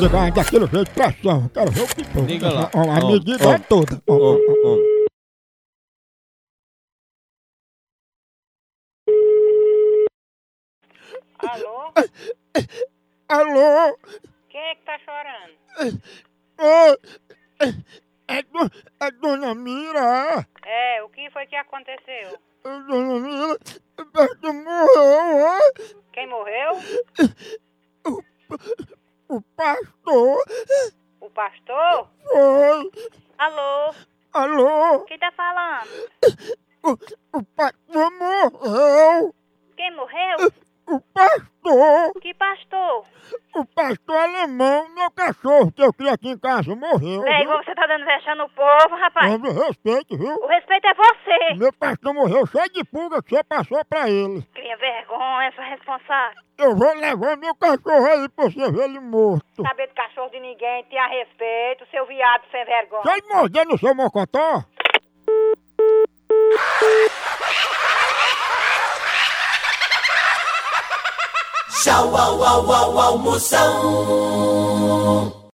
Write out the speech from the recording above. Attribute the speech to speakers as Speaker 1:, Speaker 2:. Speaker 1: ligar daquele jeito, pressão. Quero ver o que foi.
Speaker 2: Liga lá.
Speaker 1: Ó, a
Speaker 2: Ó,
Speaker 1: medida
Speaker 2: ó.
Speaker 1: é toda. Ó, ó.
Speaker 2: Ô, ô.
Speaker 3: Alô?
Speaker 1: Alô?
Speaker 3: Quem é que tá chorando?
Speaker 1: Ô, é, do, é Dona Mira?
Speaker 3: É, o que foi que aconteceu?
Speaker 1: É Dona Mira, o Beto morreu, ó.
Speaker 3: Quem morreu?
Speaker 1: O pastor
Speaker 3: O pastor?
Speaker 1: foi.
Speaker 3: Alô?
Speaker 1: Alô?
Speaker 3: Quem tá falando?
Speaker 1: O, o pastor morreu.
Speaker 3: Quem morreu?
Speaker 1: O pastor,
Speaker 3: Que pastor?
Speaker 1: o pastor alemão, meu cachorro que eu criei aqui em casa, morreu.
Speaker 3: É,
Speaker 1: viu?
Speaker 3: igual você tá dando vexame no povo, rapaz.
Speaker 1: Mas eu respeito, viu?
Speaker 3: O respeito é você.
Speaker 1: Meu pastor morreu cheio de pulga que você passou pra ele.
Speaker 3: Cria vergonha, sua responsável.
Speaker 1: Eu vou levar meu cachorro aí pra você ver ele morto.
Speaker 3: Saber do cachorro de ninguém, tenha respeito, seu viado sem vergonha.
Speaker 1: Sai mordendo o seu mocotó.
Speaker 4: Tchau, au, au, au, almoção.